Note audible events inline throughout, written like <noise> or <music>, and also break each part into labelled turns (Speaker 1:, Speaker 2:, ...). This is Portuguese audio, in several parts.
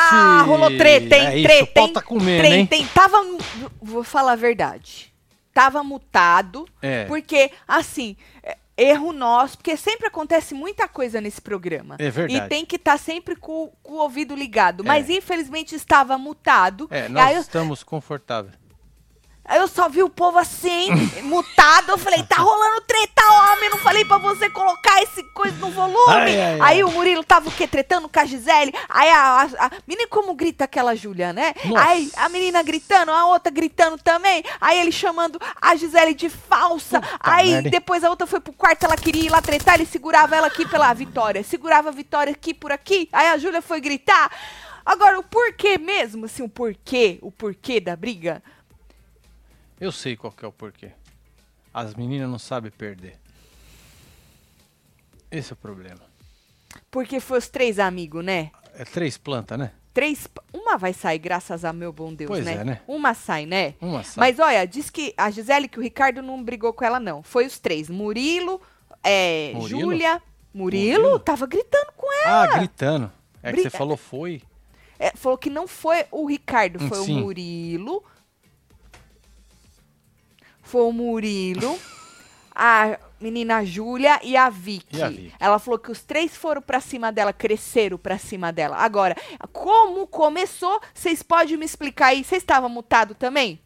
Speaker 1: Tomou treta, hein?
Speaker 2: Ah, É isso, o
Speaker 1: treta,
Speaker 2: pau
Speaker 1: hein?
Speaker 2: tá comendo,
Speaker 1: treta,
Speaker 2: hein?
Speaker 1: hein? Tava. Vou falar a verdade. Tava mutado.
Speaker 2: É.
Speaker 1: Porque, assim. é, Erro nosso, porque sempre acontece muita coisa nesse programa.
Speaker 2: É verdade.
Speaker 1: E tem que estar sempre com, com o ouvido ligado. Mas infelizmente estava mutado.
Speaker 2: É,
Speaker 1: E
Speaker 2: nós
Speaker 1: aí eu-
Speaker 2: estamos confortáveis.
Speaker 1: Aí eu só vi o povo
Speaker 2: <laughs>
Speaker 1: assim, mutado. Eu falei, tá rolando treta, homem. Não falei pra você colocar esse coisa no volume.
Speaker 2: Ai, ai, ai.
Speaker 1: Aí o Murilo tava o quê? Tretando com a Gisele. Aí a, a- a- menina, como grita aquela Júlia, né?
Speaker 2: Nossa.
Speaker 1: Aí a menina gritando, a outra gritando também. Aí ele chamando a Gisele de falsa.
Speaker 2: Puta
Speaker 1: aí
Speaker 2: merda, hein?
Speaker 1: depois a outra foi pro quarto, ela queria ir lá tretar. Ele segurava ela aqui pela Vitória. Segurava a Vitória aqui por aqui. Aí a Júlia foi gritar. Agora, o porquê mesmo, assim, o porquê, o porquê da briga,
Speaker 2: Eu sei qual que é o porquê. As meninas não sabem perder. Esse é o problema.
Speaker 1: Porque foi os três amigos, né?
Speaker 2: É três plantas, né?
Speaker 1: Três. p- Uma vai sair, graças a meu bom Deus,
Speaker 2: Pois
Speaker 1: né?
Speaker 2: é, né?
Speaker 1: Uma sai, né?
Speaker 2: Uma sai.
Speaker 1: Mas olha, diz que a Gisele, que o Ricardo não brigou com ela, não. Foi os três. Murilo, é,
Speaker 2: Murilo?
Speaker 1: Júlia. Murilo,
Speaker 2: Murilo?
Speaker 1: tava gritando com ela.
Speaker 2: Ah, gritando. É que
Speaker 1: Briga.
Speaker 2: você falou foi.
Speaker 1: É, falou que não foi o Ricardo,
Speaker 2: Hum,
Speaker 1: foi
Speaker 2: sim.
Speaker 1: o Murilo. Foi o
Speaker 2: <laughs>
Speaker 1: Murilo, a menina Júlia e a Vicky.
Speaker 2: E a Vicky.
Speaker 1: Ela falou que os três foram pra cima dela, cresceram pra cima dela. Agora, como começou, vocês podem me explicar aí? Vocês estavam mutado também?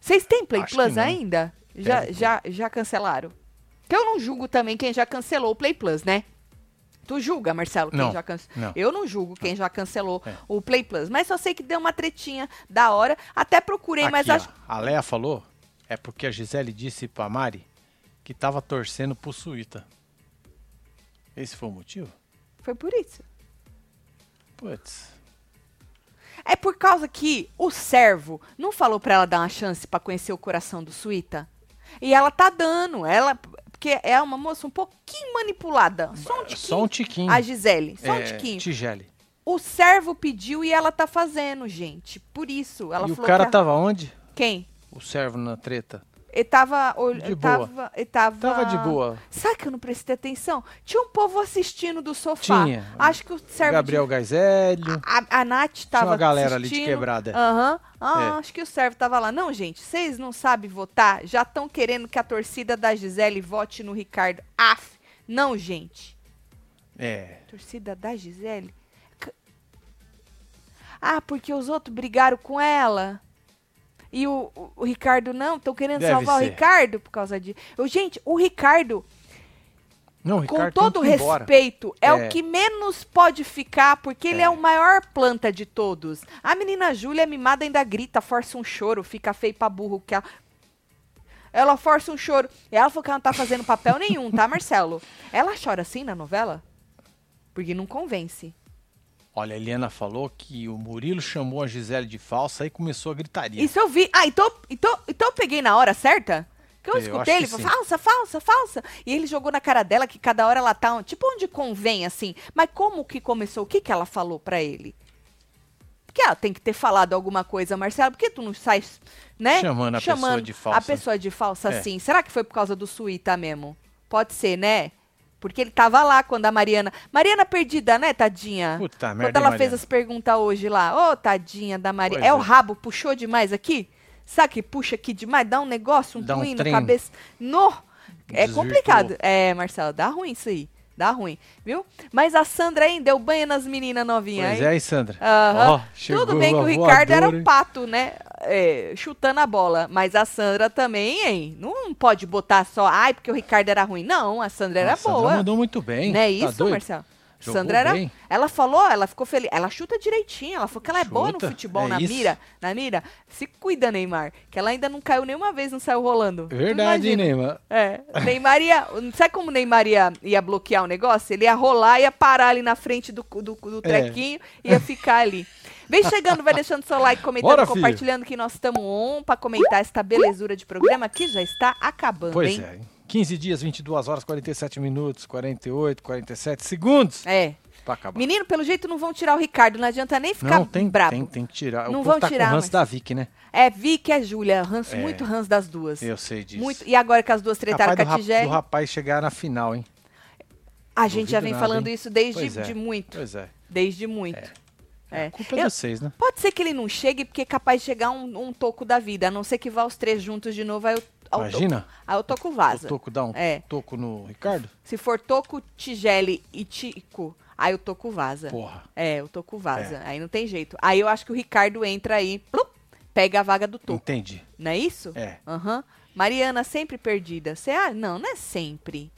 Speaker 1: Vocês têm Play
Speaker 2: Acho que
Speaker 1: Plus
Speaker 2: não.
Speaker 1: ainda? Já,
Speaker 2: Deve
Speaker 1: já, já cancelaram? Que eu não julgo também quem já cancelou o Play Plus, né? Tu julga, Marcelo, quem
Speaker 2: Não,
Speaker 1: já cancelou?
Speaker 2: não.
Speaker 1: Eu não julgo quem já cancelou
Speaker 2: É.
Speaker 1: o Play Plus, mas só sei que deu uma tretinha da hora. Até procurei, mas
Speaker 2: Aqui,
Speaker 1: acho.
Speaker 2: ó, a Leia falou, é porque a Gisele disse pra Mari que tava torcendo pro Suíta. Esse foi o motivo?
Speaker 1: Foi por isso.
Speaker 2: Putz.
Speaker 1: É por causa que o servo não falou pra ela dar uma chance pra conhecer o coração do Suíta? E ela tá dando, ela. Porque é uma moça um pouquinho manipulada. Só um tiquinho.
Speaker 2: Só um tiquinho.
Speaker 1: A Gisele, só um
Speaker 2: É,
Speaker 1: tiquinho.
Speaker 2: Tigele.
Speaker 1: O servo pediu e ela tá fazendo, gente. Por isso, ela
Speaker 2: e o
Speaker 1: falou
Speaker 2: cara tá
Speaker 1: que a-
Speaker 2: tava onde?
Speaker 1: Quem?
Speaker 2: O servo na treta.
Speaker 1: Ele tava... ol-
Speaker 2: De
Speaker 1: ele
Speaker 2: boa.
Speaker 1: Tava, ele tava...
Speaker 2: Tava de boa.
Speaker 1: Sabe que eu não prestei atenção? Tinha um povo assistindo do sofá.
Speaker 2: Tinha.
Speaker 1: Acho que o servo...
Speaker 2: Gabriel Gaizelho.
Speaker 1: De... A, a Nath tava
Speaker 2: uma galera ali de
Speaker 1: assistindo.
Speaker 2: quebrada.
Speaker 1: Aham. Ah,
Speaker 2: É.
Speaker 1: acho que o servo tava lá. Não, gente, vocês não sabem votar? Já estão querendo que a torcida da Gisele vote no Ricardo. Af! Não, gente.
Speaker 2: É.
Speaker 1: Torcida da Gisele? C- Ah, porque os outros brigaram com ela. E o, o- o Ricardo não? Estão querendo
Speaker 2: Deve
Speaker 1: salvar
Speaker 2: ser.
Speaker 1: o Ricardo por causa de. Eu, gente, o Ricardo,
Speaker 2: Não, o Ricardo
Speaker 1: com todo
Speaker 2: tem que ir embora.
Speaker 1: respeito, é,
Speaker 2: É.
Speaker 1: o que menos pode ficar, porque ele é.
Speaker 2: É.
Speaker 1: o maior planta de todos. A menina Júlia é mimada, ainda grita, força um choro, fica feio pra burro que ela. Ela força um choro. E ela falou que ela não tá fazendo papel nenhum, tá, Marcelo? Ela chora assim na novela? Porque não convence.
Speaker 2: Olha, a Eliana falou que o Murilo chamou a Gisele de falsa e começou a gritaria.
Speaker 1: Isso eu vi. Ah, então, então, então eu peguei na hora certa? Que eu
Speaker 2: Eu acho
Speaker 1: escutei
Speaker 2: que
Speaker 1: ele, falou,
Speaker 2: sim.
Speaker 1: falsa, falsa, falsa. E ele jogou na cara dela que cada hora ela tá, um- tipo, onde convém, assim. Mas como que começou? O que que ela falou pra ele? Porque ela tem que ter falado alguma coisa, Marcelo. Por que tu não sai, né?
Speaker 2: Chamando a pessoa de falsa.
Speaker 1: A pessoa de falsa,
Speaker 2: É.
Speaker 1: assim. Será que foi por causa do suíta mesmo? Pode ser, né? Porque ele tava lá quando a Mariana... Mariana perdida, né, tadinha?
Speaker 2: Puta
Speaker 1: Quando
Speaker 2: merda, hein,
Speaker 1: ela fez
Speaker 2: Mariana?
Speaker 1: as perguntas hoje lá, ô tadinha da Maria.
Speaker 2: Pois
Speaker 1: É o
Speaker 2: é.
Speaker 1: rabo, puxou demais aqui? Sabe que puxa aqui demais? Dá um negócio, um
Speaker 2: Dá um
Speaker 1: twin na
Speaker 2: trem.
Speaker 1: cabeça. No! É
Speaker 2: Desvirtuou.
Speaker 1: complicado. É, Marcelo, dá ruim isso aí. Dá ruim, viu? Mas a Sandra ainda deu banho nas meninas novinhas.
Speaker 2: Pois
Speaker 1: hein?
Speaker 2: é, e Sandra?
Speaker 1: Aham.
Speaker 2: Ó, chegou
Speaker 1: Tudo bem que
Speaker 2: a
Speaker 1: o Ricardo era
Speaker 2: voadora,
Speaker 1: um
Speaker 2: hein?
Speaker 1: pato, né? É, chutando a bola. Mas a Sandra também, hein? Não pode botar só, ai, porque o Ricardo era ruim. Não, a Sandra era
Speaker 2: Nossa, a Sandra
Speaker 1: boa.
Speaker 2: mandou muito bem.
Speaker 1: Não é
Speaker 2: Tá
Speaker 1: isso,
Speaker 2: doido?
Speaker 1: Marcelo?
Speaker 2: Jogou
Speaker 1: Sandra era.
Speaker 2: bem.
Speaker 1: Ela falou, ela ficou feliz. Ela chuta direitinho, ela falou que ela é boa no
Speaker 2: Chuta,
Speaker 1: futebol,
Speaker 2: é
Speaker 1: na
Speaker 2: isso.
Speaker 1: mira. Na mira. Se cuida, Neymar. Que ela ainda não caiu nenhuma vez, não saiu rolando. Tu
Speaker 2: Verdade, hein,
Speaker 1: imagina?
Speaker 2: Neymar?
Speaker 1: É. Neymar ia. Sabe como o Neymar ia, ia bloquear o negócio? Ele ia rolar, ia parar ali na frente do, do, do
Speaker 2: É.
Speaker 1: trequinho, ia ficar ali. Vem chegando, vai deixando seu like, comentando,
Speaker 2: Bora, filho.
Speaker 1: compartilhando que nós estamos on pra comentar esta belezura de programa que já está acabando,
Speaker 2: Pois
Speaker 1: hein?
Speaker 2: é. hein? 15 dias, 22 horas, 47 minutos, 48, 47 segundos
Speaker 1: É.
Speaker 2: pra acabar.
Speaker 1: Menino, pelo jeito não vão tirar o Ricardo, não adianta nem ficar
Speaker 2: Não, tem,
Speaker 1: brabo.
Speaker 2: tem, tem que tirar.
Speaker 1: Não
Speaker 2: o
Speaker 1: vão
Speaker 2: povo tá
Speaker 1: tirar,
Speaker 2: com o ranço
Speaker 1: mas-
Speaker 2: da Vicky, né?
Speaker 1: É, Vicky é Júlia, ranço,
Speaker 2: É.
Speaker 1: muito ranço das duas.
Speaker 2: Eu sei disso.
Speaker 1: Muito, e agora que as duas tretaram
Speaker 2: Capaz
Speaker 1: com
Speaker 2: do
Speaker 1: a
Speaker 2: rap-
Speaker 1: Tigele,
Speaker 2: do rapaz chegar na final, hein?
Speaker 1: a gente já
Speaker 2: duvido
Speaker 1: vem
Speaker 2: nada,
Speaker 1: falando
Speaker 2: hein?
Speaker 1: isso desde
Speaker 2: Pois é.
Speaker 1: de muito,
Speaker 2: Pois é.
Speaker 1: desde muito. É.
Speaker 2: A culpa é
Speaker 1: Eu-
Speaker 2: de vocês, né?
Speaker 1: Pode ser que ele não chegue, porque é capaz de chegar um, um toco da vida, a não ser que vá os três juntos de novo, aí o, ao toco,
Speaker 2: Imagina
Speaker 1: aí o toco
Speaker 2: o
Speaker 1: vaza.
Speaker 2: toco dá um
Speaker 1: É.
Speaker 2: toco no Ricardo.
Speaker 1: Se for toco, tigele e tico, aí o toco vaza.
Speaker 2: Porra.
Speaker 1: É, o toco vaza. Aí não tem jeito. Aí eu acho que o Ricardo entra aí, plup, pega a vaga do toco,
Speaker 2: Entendi.
Speaker 1: não é isso?
Speaker 2: É.
Speaker 1: Aham. Mariana sempre perdida. Você, ah, não, não é sempre.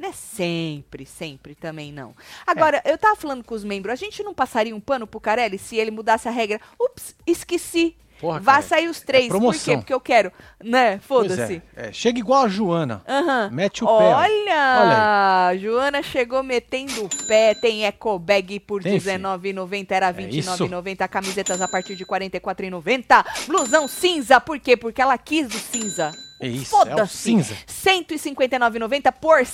Speaker 1: Não é sempre, sempre também não. Agora,
Speaker 2: É.
Speaker 1: eu tava falando com os membros, a gente não passaria um pano pro Carelli se ele mudasse a regra? Ups, esqueci.
Speaker 2: Porra,
Speaker 1: Vá
Speaker 2: cara.
Speaker 1: sair os três. Por quê?
Speaker 2: é promoção.
Speaker 1: Porque eu quero. Né?
Speaker 2: Pois
Speaker 1: Foda-se. Ah.
Speaker 2: É. É, Chega igual a Joana.
Speaker 1: Aham.
Speaker 2: Mete o pé.
Speaker 1: Olha, Joana chegou metendo o pé, tem eco bag por
Speaker 2: Tem, filho.
Speaker 1: R$19,90, era
Speaker 2: É isso.
Speaker 1: R$29,90, camisetas a partir de R$44,90, blusão cinza, por quê? Porque ela quis o cinza.
Speaker 2: É isso, é o
Speaker 1: Foda-se.
Speaker 2: cinza.
Speaker 1: 159,90 por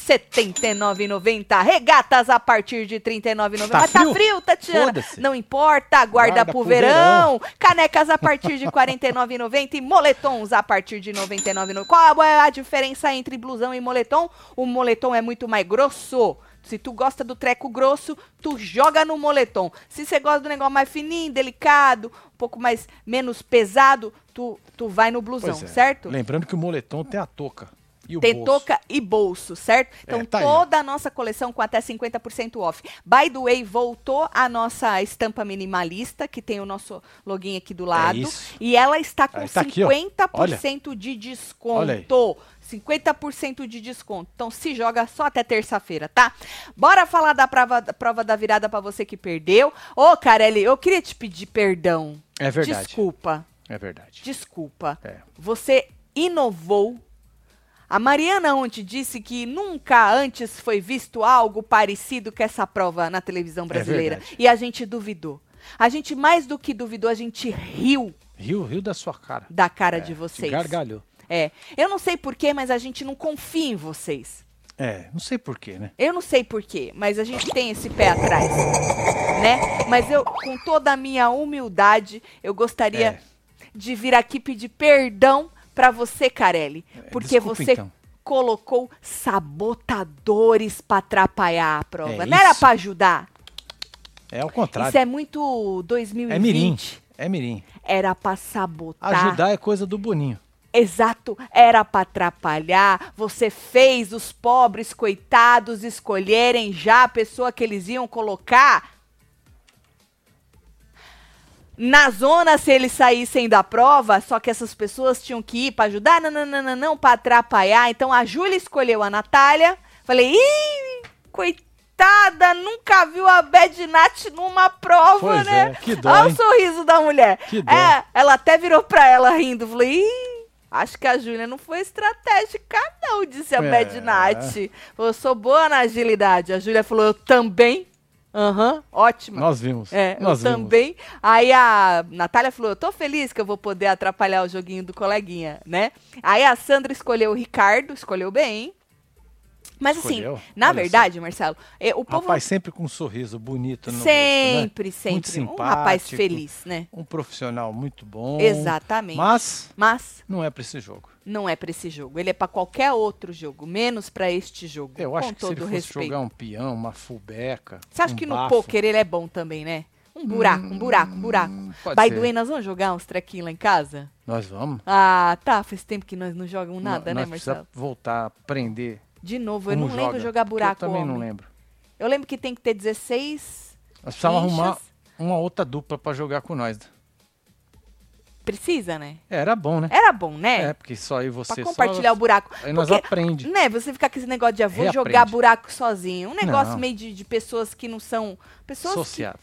Speaker 1: 79,90. Regatas a partir de 39,90.
Speaker 2: Tá
Speaker 1: Mas tá
Speaker 2: frio?
Speaker 1: frio, Tatiana?
Speaker 2: Foda-se.
Speaker 1: Não importa, guarda,
Speaker 2: Guarda
Speaker 1: pro,
Speaker 2: pro
Speaker 1: verão. Canecas a partir de 49,90 e <laughs> moletons a partir de 99,90. Qual é a diferença entre blusão e moletom? O moletom é muito mais grosso. Se tu gosta do treco grosso, tu joga no moletom. Se você gosta do negócio mais fininho, delicado, um pouco mais menos pesado, tu, tu vai no blusão,
Speaker 2: Pois é.
Speaker 1: certo?
Speaker 2: Lembrando que o moletom tem a toca. E o
Speaker 1: Tem
Speaker 2: bolso.
Speaker 1: touca e bolso, certo? Então,
Speaker 2: tá aí, ó.
Speaker 1: toda a nossa coleção com até 50% off. By the way, voltou a nossa estampa minimalista, que tem o nosso login aqui do lado.
Speaker 2: É isso.
Speaker 1: E ela está com
Speaker 2: Aí tá aqui, ó.
Speaker 1: 50% de
Speaker 2: Olha aí.
Speaker 1: desconto. 50% de desconto. Então se joga só até terça-feira, tá? Bora falar da prova, da prova da virada pra você que perdeu. Ô, Carelli, eu queria te pedir perdão.
Speaker 2: É verdade.
Speaker 1: Desculpa,
Speaker 2: É verdade.
Speaker 1: desculpa
Speaker 2: É.
Speaker 1: você inovou. A Mariana ontem disse que nunca antes foi visto algo parecido com essa prova na televisão brasileira.
Speaker 2: É verdade.
Speaker 1: e a gente duvidou. A gente, mais do que duvidou, a gente riu
Speaker 2: Riu, riu da sua cara.
Speaker 1: da cara
Speaker 2: É,
Speaker 1: de
Speaker 2: te
Speaker 1: vocês.
Speaker 2: Gargalhou.
Speaker 1: É. Eu não sei porquê, mas a gente não confia em vocês.
Speaker 2: É, não sei porquê, né?
Speaker 1: Eu não sei porquê, mas a gente tem esse pé atrás. Né? Mas eu, com toda a minha humildade, eu gostaria
Speaker 2: É.
Speaker 1: de vir aqui pedir perdão pra você, Carelli. Porque
Speaker 2: É, desculpa,
Speaker 1: você
Speaker 2: então.
Speaker 1: colocou sabotadores pra atrapalhar a prova.
Speaker 2: É
Speaker 1: Não era
Speaker 2: isso.
Speaker 1: pra ajudar.
Speaker 2: É ao contrário.
Speaker 1: Isso é muito 2020.
Speaker 2: É mirim. É mirim.
Speaker 1: Era pra sabotar.
Speaker 2: Ajudar é coisa do Boninho.
Speaker 1: Exato, era pra atrapalhar. Você fez os pobres coitados escolherem já a pessoa que eles iam colocar na zona se eles saíssem da prova, só que essas pessoas tinham que ir pra ajudar, não, não, não, não, não para atrapalhar. Então a Júlia escolheu a Natália. Falei: "Ih, coitada, nunca viu a Bad Nat numa prova,
Speaker 2: Pois
Speaker 1: né?"
Speaker 2: é, que dó,
Speaker 1: Olha o
Speaker 2: hein?
Speaker 1: sorriso da mulher.
Speaker 2: Que dó.
Speaker 1: É, ela até virou pra ela rindo. Falei, Ih, acho que a Júlia não foi estratégica, não, disse a
Speaker 2: É.
Speaker 1: Bad Night. Eu sou boa na agilidade. A Júlia falou, eu também. Aham, ótima.
Speaker 2: Nós vimos.
Speaker 1: É,
Speaker 2: Nós
Speaker 1: eu
Speaker 2: vimos.
Speaker 1: também. Aí a Natália falou: Eu tô feliz que eu vou poder atrapalhar o joguinho do coleguinha, né? Aí a Sandra escolheu o Ricardo, escolheu bem. Mas
Speaker 2: Escolheu?
Speaker 1: assim, na
Speaker 2: Olha só.
Speaker 1: verdade, Marcelo, eh, o povo.
Speaker 2: Rapaz sempre com um sorriso bonito no rosto,
Speaker 1: sempre, sempre.
Speaker 2: né? Muito
Speaker 1: um rapaz
Speaker 2: simpático.
Speaker 1: feliz, né?
Speaker 2: né? Um profissional muito bom.
Speaker 1: Exatamente.
Speaker 2: Mas
Speaker 1: Mas
Speaker 2: não é pra esse jogo.
Speaker 1: não é pra esse jogo. Ele é pra qualquer outro jogo, menos pra este jogo.
Speaker 2: Eu acho
Speaker 1: com
Speaker 2: que se
Speaker 1: todo
Speaker 2: ele fosse
Speaker 1: respeito.
Speaker 2: jogar um peão, uma fubeca.
Speaker 1: Você acha
Speaker 2: um
Speaker 1: que no
Speaker 2: bafo,
Speaker 1: poker ele é bom também, né? Um buraco, um buraco, um buraco.
Speaker 2: Hum, pode
Speaker 1: By
Speaker 2: ser.
Speaker 1: the way, nós vamos jogar uns trequinhos lá em casa?
Speaker 2: Nós vamos.
Speaker 1: Ah, tá. Faz tempo que nós não jogamos nada, né,
Speaker 2: Nó- nós
Speaker 1: Marcelo?
Speaker 2: precisamos voltar a aprender.
Speaker 1: De novo, eu
Speaker 2: como
Speaker 1: não
Speaker 2: joga,
Speaker 1: lembro jogar
Speaker 2: que
Speaker 1: buraco,
Speaker 2: Eu também
Speaker 1: homem.
Speaker 2: não lembro.
Speaker 1: Eu lembro que tem que ter 16.
Speaker 2: Nós precisamos
Speaker 1: Fichas.
Speaker 2: arrumar uma outra dupla pra jogar com nós.
Speaker 1: Precisa, né?
Speaker 2: É, era bom, né?
Speaker 1: Era bom, né?
Speaker 2: É, porque só aí você
Speaker 1: pra
Speaker 2: só-
Speaker 1: compartilhar o buraco.
Speaker 2: Aí nós
Speaker 1: Porque,
Speaker 2: aprende.
Speaker 1: né, você ficar com esse negócio de avô
Speaker 2: Reaprende.
Speaker 1: jogar buraco sozinho. Um negócio
Speaker 2: Não.
Speaker 1: meio de, de pessoas que não são. Pessoas que,
Speaker 2: Sociável.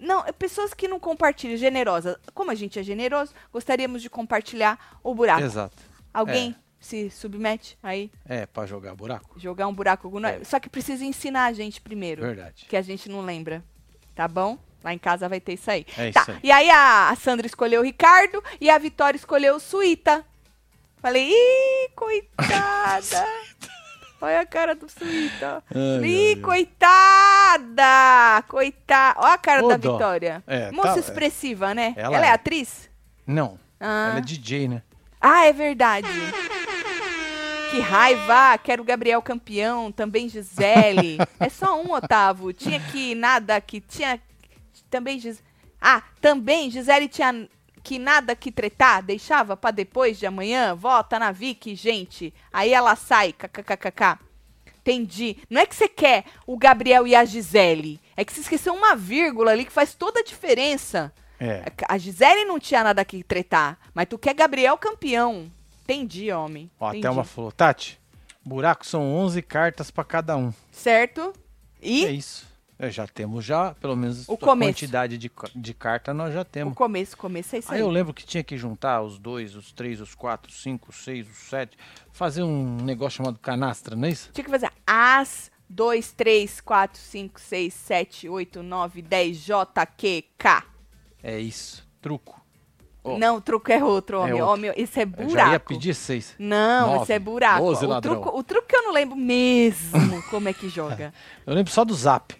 Speaker 1: não, é pessoas que não compartilham, generosas. Como a gente é generoso, gostaríamos de compartilhar o buraco.
Speaker 2: Exato.
Speaker 1: Alguém se submete aí,
Speaker 2: É, pra jogar buraco.
Speaker 1: jogar um buraco. com nós.
Speaker 2: É.
Speaker 1: Só que precisa ensinar a gente primeiro.
Speaker 2: Verdade.
Speaker 1: que a gente não lembra. Tá bom? Lá em casa vai ter isso aí.
Speaker 2: É
Speaker 1: tá.
Speaker 2: isso aí.
Speaker 1: E aí a a Sandra escolheu o Ricardo e a Vitória escolheu o Suíta. Falei, ih,
Speaker 2: <laughs>
Speaker 1: coitada. Olha a cara do Suíta.
Speaker 2: Ai,
Speaker 1: ih,
Speaker 2: ai, ai.
Speaker 1: coitada! Coitada. Olha a cara
Speaker 2: Ô,
Speaker 1: da
Speaker 2: dó.
Speaker 1: Vitória.
Speaker 2: É,
Speaker 1: Moça
Speaker 2: tá-
Speaker 1: expressiva, né? Ela,
Speaker 2: Ela
Speaker 1: é
Speaker 2: é.
Speaker 1: atriz?
Speaker 2: Não.
Speaker 1: Ah.
Speaker 2: Ela é DJ, né?
Speaker 1: Ah, é verdade. Que raiva! Quero Gabriel campeão, também
Speaker 2: <laughs>
Speaker 1: Gisele. é só um, Otávio. Tinha que nada que tinha também Gis... Ah, também Gisele tinha que nada que tretar, deixava pra depois de amanhã, vota na Vicky, gente. Aí ela sai, kkkk. Entendi. Não é que você quer o Gabriel e a Gisele. É que você esqueceu uma vírgula ali que faz toda a diferença.
Speaker 2: É.
Speaker 1: A Gisele não tinha nada que tretar, mas tu quer Gabriel campeão. Entendi, homem.
Speaker 2: Ó, a
Speaker 1: Entendi.
Speaker 2: Thelma falou, Tati, buracos são 11 cartas pra cada um.
Speaker 1: Certo? E
Speaker 2: É isso. É, já temos já, pelo menos
Speaker 1: O
Speaker 2: a
Speaker 1: começo.
Speaker 2: quantidade de, ca- de carta nós já
Speaker 1: o
Speaker 2: temos.
Speaker 1: começo, começo é isso
Speaker 2: Aí
Speaker 1: aí.
Speaker 2: Ah, eu lembro que tinha que juntar os dois, os três, os quatro, os cinco, os seis, os sete, fazer um negócio chamado canastra, não é isso?
Speaker 1: Tinha que fazer as 2, 3, 4, 5, 6, 7, 8, 9, 10, J, Q, K.
Speaker 2: É isso. Truco. Oh.
Speaker 1: Não, o truco é outro, homem.
Speaker 2: outro.
Speaker 1: Homem, esse é
Speaker 2: Eu já ia
Speaker 1: buraco.
Speaker 2: pedir seis.
Speaker 1: Não,
Speaker 2: Nove,
Speaker 1: esse é buraco.
Speaker 2: doze,
Speaker 1: ó. o,
Speaker 2: ladrão.
Speaker 1: truco, o truco que eu não lembro
Speaker 2: <laughs>
Speaker 1: mesmo como é que joga.
Speaker 2: Eu lembro só do Zap.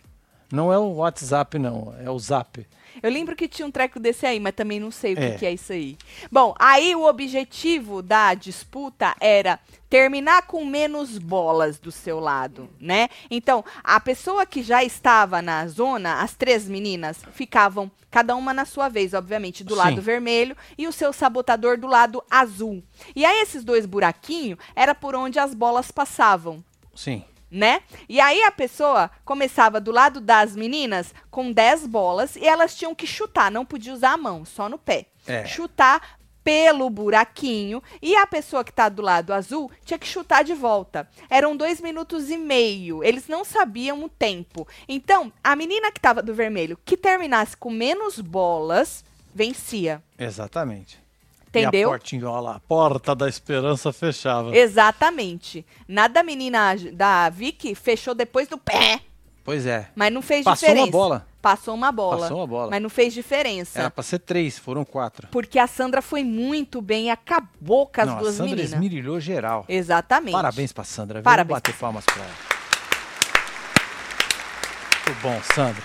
Speaker 2: Não é o WhatsApp, não. É o Zap.
Speaker 1: Eu lembro que tinha um treco desse aí, mas também não sei o
Speaker 2: É.
Speaker 1: que, que é isso aí. Bom, aí o objetivo da disputa era terminar com menos bolas do seu lado, né? Então, a pessoa que já estava na zona, as três meninas ficavam cada uma na sua vez, obviamente, do
Speaker 2: Sim.
Speaker 1: lado vermelho e o seu sabotador do lado azul. E aí esses dois buraquinhos era por onde as bolas passavam
Speaker 2: Sim.
Speaker 1: né? E aí a pessoa começava do lado das meninas com 10 bolas e elas tinham que chutar, não podia usar a mão, só no pé.
Speaker 2: É.
Speaker 1: Chutar pelo buraquinho e a pessoa que tá do lado azul tinha que chutar de volta. Eram dois minutos e meio, eles não sabiam o tempo. Então, a menina que tava do vermelho, que terminasse com menos bolas, vencia.
Speaker 2: Exatamente. E a
Speaker 1: Entendeu?
Speaker 2: portinha, olha lá, a porta da esperança fechava.
Speaker 1: Exatamente. Nada a menina da Vicky fechou depois do pé.
Speaker 2: Pois é.
Speaker 1: Mas não fez
Speaker 2: Passou
Speaker 1: diferença.
Speaker 2: uma bola.
Speaker 1: Passou uma bola.
Speaker 2: Passou uma bola.
Speaker 1: Mas não fez diferença.
Speaker 2: Era pra ser três, foram quatro.
Speaker 1: Porque a Sandra foi muito bem e acabou com as
Speaker 2: não,
Speaker 1: duas
Speaker 2: a Sandra
Speaker 1: meninas.
Speaker 2: esmirilhou geral.
Speaker 1: Exatamente.
Speaker 2: Parabéns pra Sandra. viu?
Speaker 1: Parabéns.
Speaker 2: Vamos bater palmas pra ela. Muito bom, Sandra.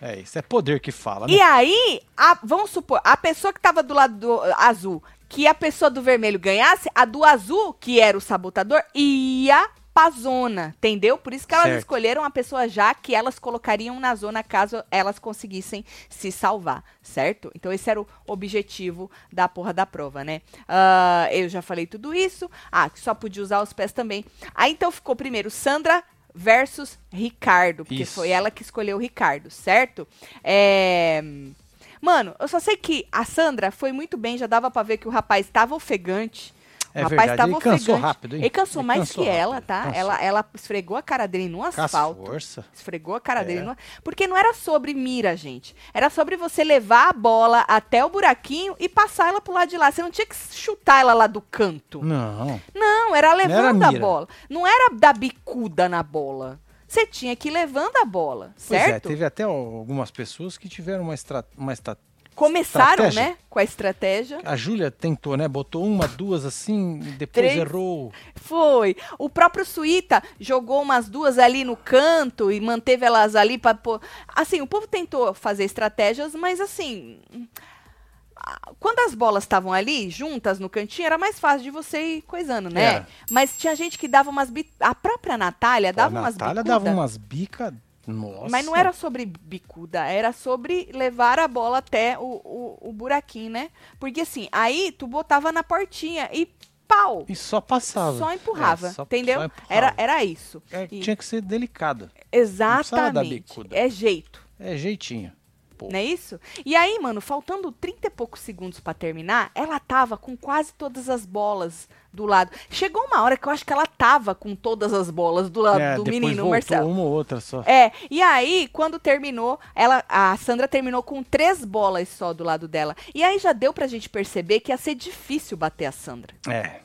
Speaker 2: É isso, é poder que fala, né?
Speaker 1: E aí, a- vamos supor, a pessoa que tava do lado do- azul, que a pessoa do vermelho ganhasse, a do azul, que era o sabotador, ia pra zona, entendeu? Por isso que elas
Speaker 2: Certo.
Speaker 1: escolheram a pessoa já que elas colocariam na zona caso elas conseguissem se salvar, certo? Então esse era o objetivo da porra da prova, né? Ah, eu já falei tudo isso. Ah, que só podia usar os pés também. Aí então ficou primeiro Sandra versus Ricardo, porque
Speaker 2: Isso.
Speaker 1: foi ela que escolheu o Ricardo, certo? É... Mano, eu só sei que a Sandra foi muito bem, já dava pra ver que o rapaz tava ofegante. O
Speaker 2: É
Speaker 1: rapaz
Speaker 2: verdade,
Speaker 1: tava
Speaker 2: ele cansou
Speaker 1: ofegante.
Speaker 2: rápido, hein?
Speaker 1: Ele cansou
Speaker 2: Ele
Speaker 1: mais
Speaker 2: cansou
Speaker 1: que
Speaker 2: rápido,
Speaker 1: ela, tá?
Speaker 2: cansou.
Speaker 1: Ela, ela esfregou a cara dele no
Speaker 2: Com as
Speaker 1: asfalto.
Speaker 2: força.
Speaker 1: Esfregou a cara
Speaker 2: É.
Speaker 1: dele. no- Porque não era sobre mira, gente. Era sobre você levar a bola até o buraquinho e passar ela pro lado de lá. Você não tinha que chutar ela lá do canto.
Speaker 2: Não.
Speaker 1: Não, era levando a
Speaker 2: mira.
Speaker 1: bola. Não era dar bicuda na bola. Você tinha que ir levando a bola,
Speaker 2: Pois
Speaker 1: certo?
Speaker 2: é, teve até algumas pessoas que tiveram uma estratégia. Uma estra-
Speaker 1: Começaram,
Speaker 2: estratégia.
Speaker 1: né, com a estratégia.
Speaker 2: A Júlia tentou, né? Botou uma, duas assim, e depois
Speaker 1: Três.
Speaker 2: errou.
Speaker 1: Foi. O próprio Suíta jogou umas duas ali no canto e manteve elas ali para pôr. Assim, o povo tentou fazer estratégias, mas assim. ah, Quando as bolas estavam ali, juntas no cantinho, era mais fácil de você ir coisando, né?
Speaker 2: Era.
Speaker 1: Mas tinha gente que dava umas. bi- A própria Natália dava
Speaker 2: a
Speaker 1: umas
Speaker 2: Natália
Speaker 1: bicuda,
Speaker 2: dava umas bicas. Nossa.
Speaker 1: Mas não era sobre bicuda, era sobre levar a bola até o, o, o buraquinho, né? Porque assim, aí tu botava na portinha e pau!
Speaker 2: E só passava.
Speaker 1: Só empurrava,
Speaker 2: É, só-
Speaker 1: entendeu?
Speaker 2: só empurrava.
Speaker 1: Era, era isso.
Speaker 2: É,
Speaker 1: E-
Speaker 2: Tinha que ser delicado. precisava dar
Speaker 1: Exatamente.
Speaker 2: bicuda.
Speaker 1: É jeito,
Speaker 2: É jeitinho. Pô.
Speaker 1: não é isso? E aí, mano, faltando 30 e poucos segundos pra terminar, ela tava com quase todas as bolas do lado. Chegou uma hora que eu acho que ela tava com todas as bolas do lado
Speaker 2: É,
Speaker 1: do
Speaker 2: depois
Speaker 1: menino,
Speaker 2: voltou
Speaker 1: Marcelo.
Speaker 2: uma ou outra só.
Speaker 1: É, e aí, quando terminou, ela, a Sandra terminou com três bolas só do lado dela. E aí já deu pra gente perceber que ia ser difícil bater a Sandra.
Speaker 2: É.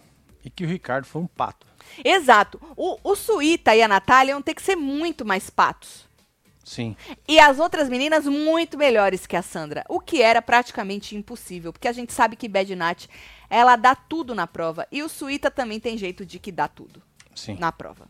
Speaker 2: E que o Ricardo foi um pato.
Speaker 1: Exato. O, o Suíta e a Natália iam ter que ser muito mais patos.
Speaker 2: Sim.
Speaker 1: E as outras meninas muito melhores que a Sandra, o que era praticamente impossível, porque a gente sabe que Bad Nat, ela dá tudo na prova, e o Suíta também tem jeito de que dá tudo
Speaker 2: Sim.
Speaker 1: na prova.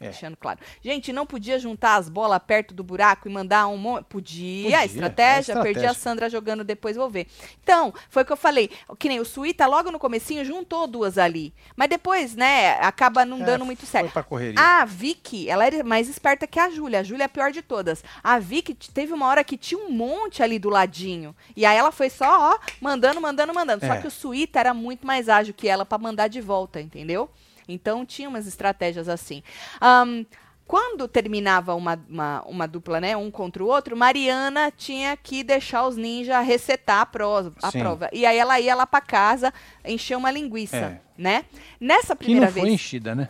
Speaker 2: É.
Speaker 1: Deixando claro. Gente, não podia juntar as bolas perto do buraco e mandar um monte. Podia,
Speaker 2: Podia, é
Speaker 1: estratégia,
Speaker 2: estratégia.
Speaker 1: perdi a Sandra jogando depois, vou ver. Então, foi o que eu falei. Que nem o Suíta, logo no comecinho, juntou duas ali. Mas depois, né, acaba não
Speaker 2: É,
Speaker 1: dando muito Ah, certo.
Speaker 2: Foi pra correria.
Speaker 1: A Vicky, ela era mais esperta que a Júlia. A Júlia é a pior de todas. A Vicky t- teve uma hora que tinha um monte ali do ladinho. E aí ela foi só, ó, mandando, mandando, mandando. Só
Speaker 2: É.
Speaker 1: que o Suíta era muito mais ágil que ela pra mandar de volta, entendeu? Então tinha umas estratégias assim. Ahn, quando terminava uma, uma, uma dupla, né, um contra o outro, Mariana tinha que deixar os ninjas resetar a, pro- a
Speaker 2: Sim.
Speaker 1: prova. E aí ela ia lá pra casa encher uma linguiça,
Speaker 2: É.
Speaker 1: né? Nessa
Speaker 2: que
Speaker 1: primeira
Speaker 2: não foi
Speaker 1: vez.
Speaker 2: enchida, né?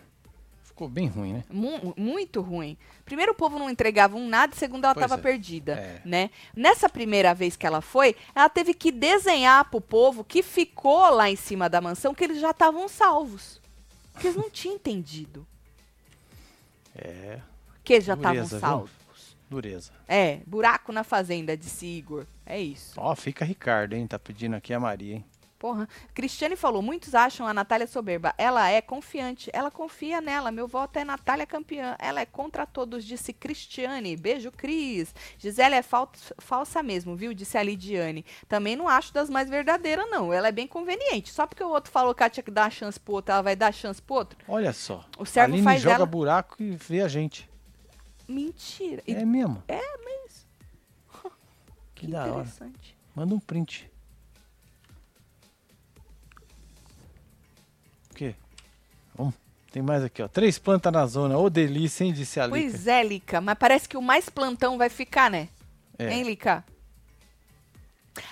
Speaker 2: Ficou bem ruim, né?
Speaker 1: Mu- muito ruim. Primeiro, o povo não entregava um nada, e segundo, ela
Speaker 2: Pois
Speaker 1: estava
Speaker 2: é.
Speaker 1: perdida,
Speaker 2: É.
Speaker 1: né? Nessa primeira vez que ela foi, ela teve que desenhar pro povo que ficou lá em cima da mansão que eles já estavam salvos. Que eles não tinham entendido
Speaker 2: É,
Speaker 1: que eles já estavam
Speaker 2: Dureza,
Speaker 1: salvos.
Speaker 2: dureza.
Speaker 1: É, buraco na fazenda, disse Igor. É isso.
Speaker 2: Ó, fica Ricardo, hein? Tá pedindo aqui a Maria, hein?
Speaker 1: Porra. Cristiane falou, muitos acham a Natália soberba. Ela é confiante. Ela confia nela. Meu voto é Natália campeã. Ela é contra todos, disse Cristiane. Beijo, Cris. Gisele é fal- falsa mesmo, viu? Disse a Lidiane. Também não acho das mais verdadeiras, não. Ela é bem conveniente. Só porque o outro falou que ela tinha que dar a chance pro outro, ela vai dar a chance pro outro?
Speaker 2: Olha só.
Speaker 1: O
Speaker 2: A
Speaker 1: servo
Speaker 2: Aline
Speaker 1: faz
Speaker 2: joga
Speaker 1: ela...
Speaker 2: buraco e vê a gente.
Speaker 1: Mentira. E-
Speaker 2: É mesmo.
Speaker 1: que
Speaker 2: que da
Speaker 1: <laughs>
Speaker 2: hora.
Speaker 1: interessante.
Speaker 2: Manda um print. O quê? Vamos. Tem mais aqui, ó. Três plantas na zona. Ô, delícia, hein? Disse a Lica.
Speaker 1: Pois é, Lica. Mas parece que o mais plantão vai ficar, né?
Speaker 2: É.
Speaker 1: Hein, Lica?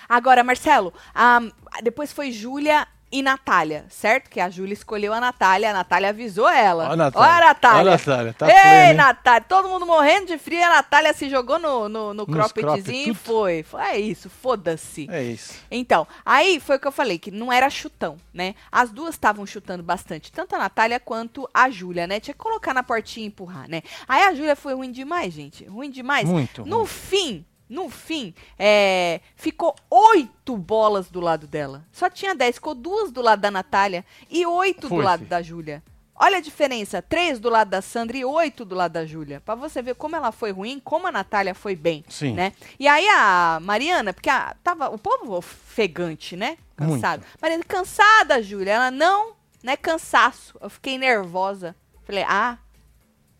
Speaker 1: Agora, Marcelo, a- depois foi Júlia e Natália, certo? Que a Júlia escolheu a Natália, a Natália avisou ela.
Speaker 2: Ó a Natália.
Speaker 1: Ó a Natália.
Speaker 2: Ó a Natália, tá
Speaker 1: Ei,
Speaker 2: plena, hein?
Speaker 1: Natália, todo mundo morrendo de frio, e a Natália se jogou no, no, no
Speaker 2: Nos
Speaker 1: croppedzinho e
Speaker 2: cropped, tudo.
Speaker 1: foi. Foi- É isso, foda-se.
Speaker 2: É isso.
Speaker 1: Então, aí foi o que eu falei, que não era chutão, né? As duas estavam chutando bastante, tanto a Natália quanto a Júlia, né? Tinha que colocar na portinha e empurrar, né? Aí a Júlia foi ruim demais, gente. Ruim demais.
Speaker 2: Muito.
Speaker 1: No
Speaker 2: ruim.
Speaker 1: fim, no fim, é, ficou oito bolas do lado dela. Só tinha dez, ficou duas do lado da Natália e oito do
Speaker 2: Foi,
Speaker 1: lado
Speaker 2: fi.
Speaker 1: da Júlia. Olha a diferença, três do lado da Sandra e oito do lado da Júlia. Pra você ver como ela foi ruim, como a Natália foi bem,
Speaker 2: Sim.
Speaker 1: né? E aí a Mariana, porque a- tava o povo ofegante, né? Cansado. Mariana, cansada, Júlia. Ela, não, não é cansaço. Eu fiquei nervosa. Falei, ah,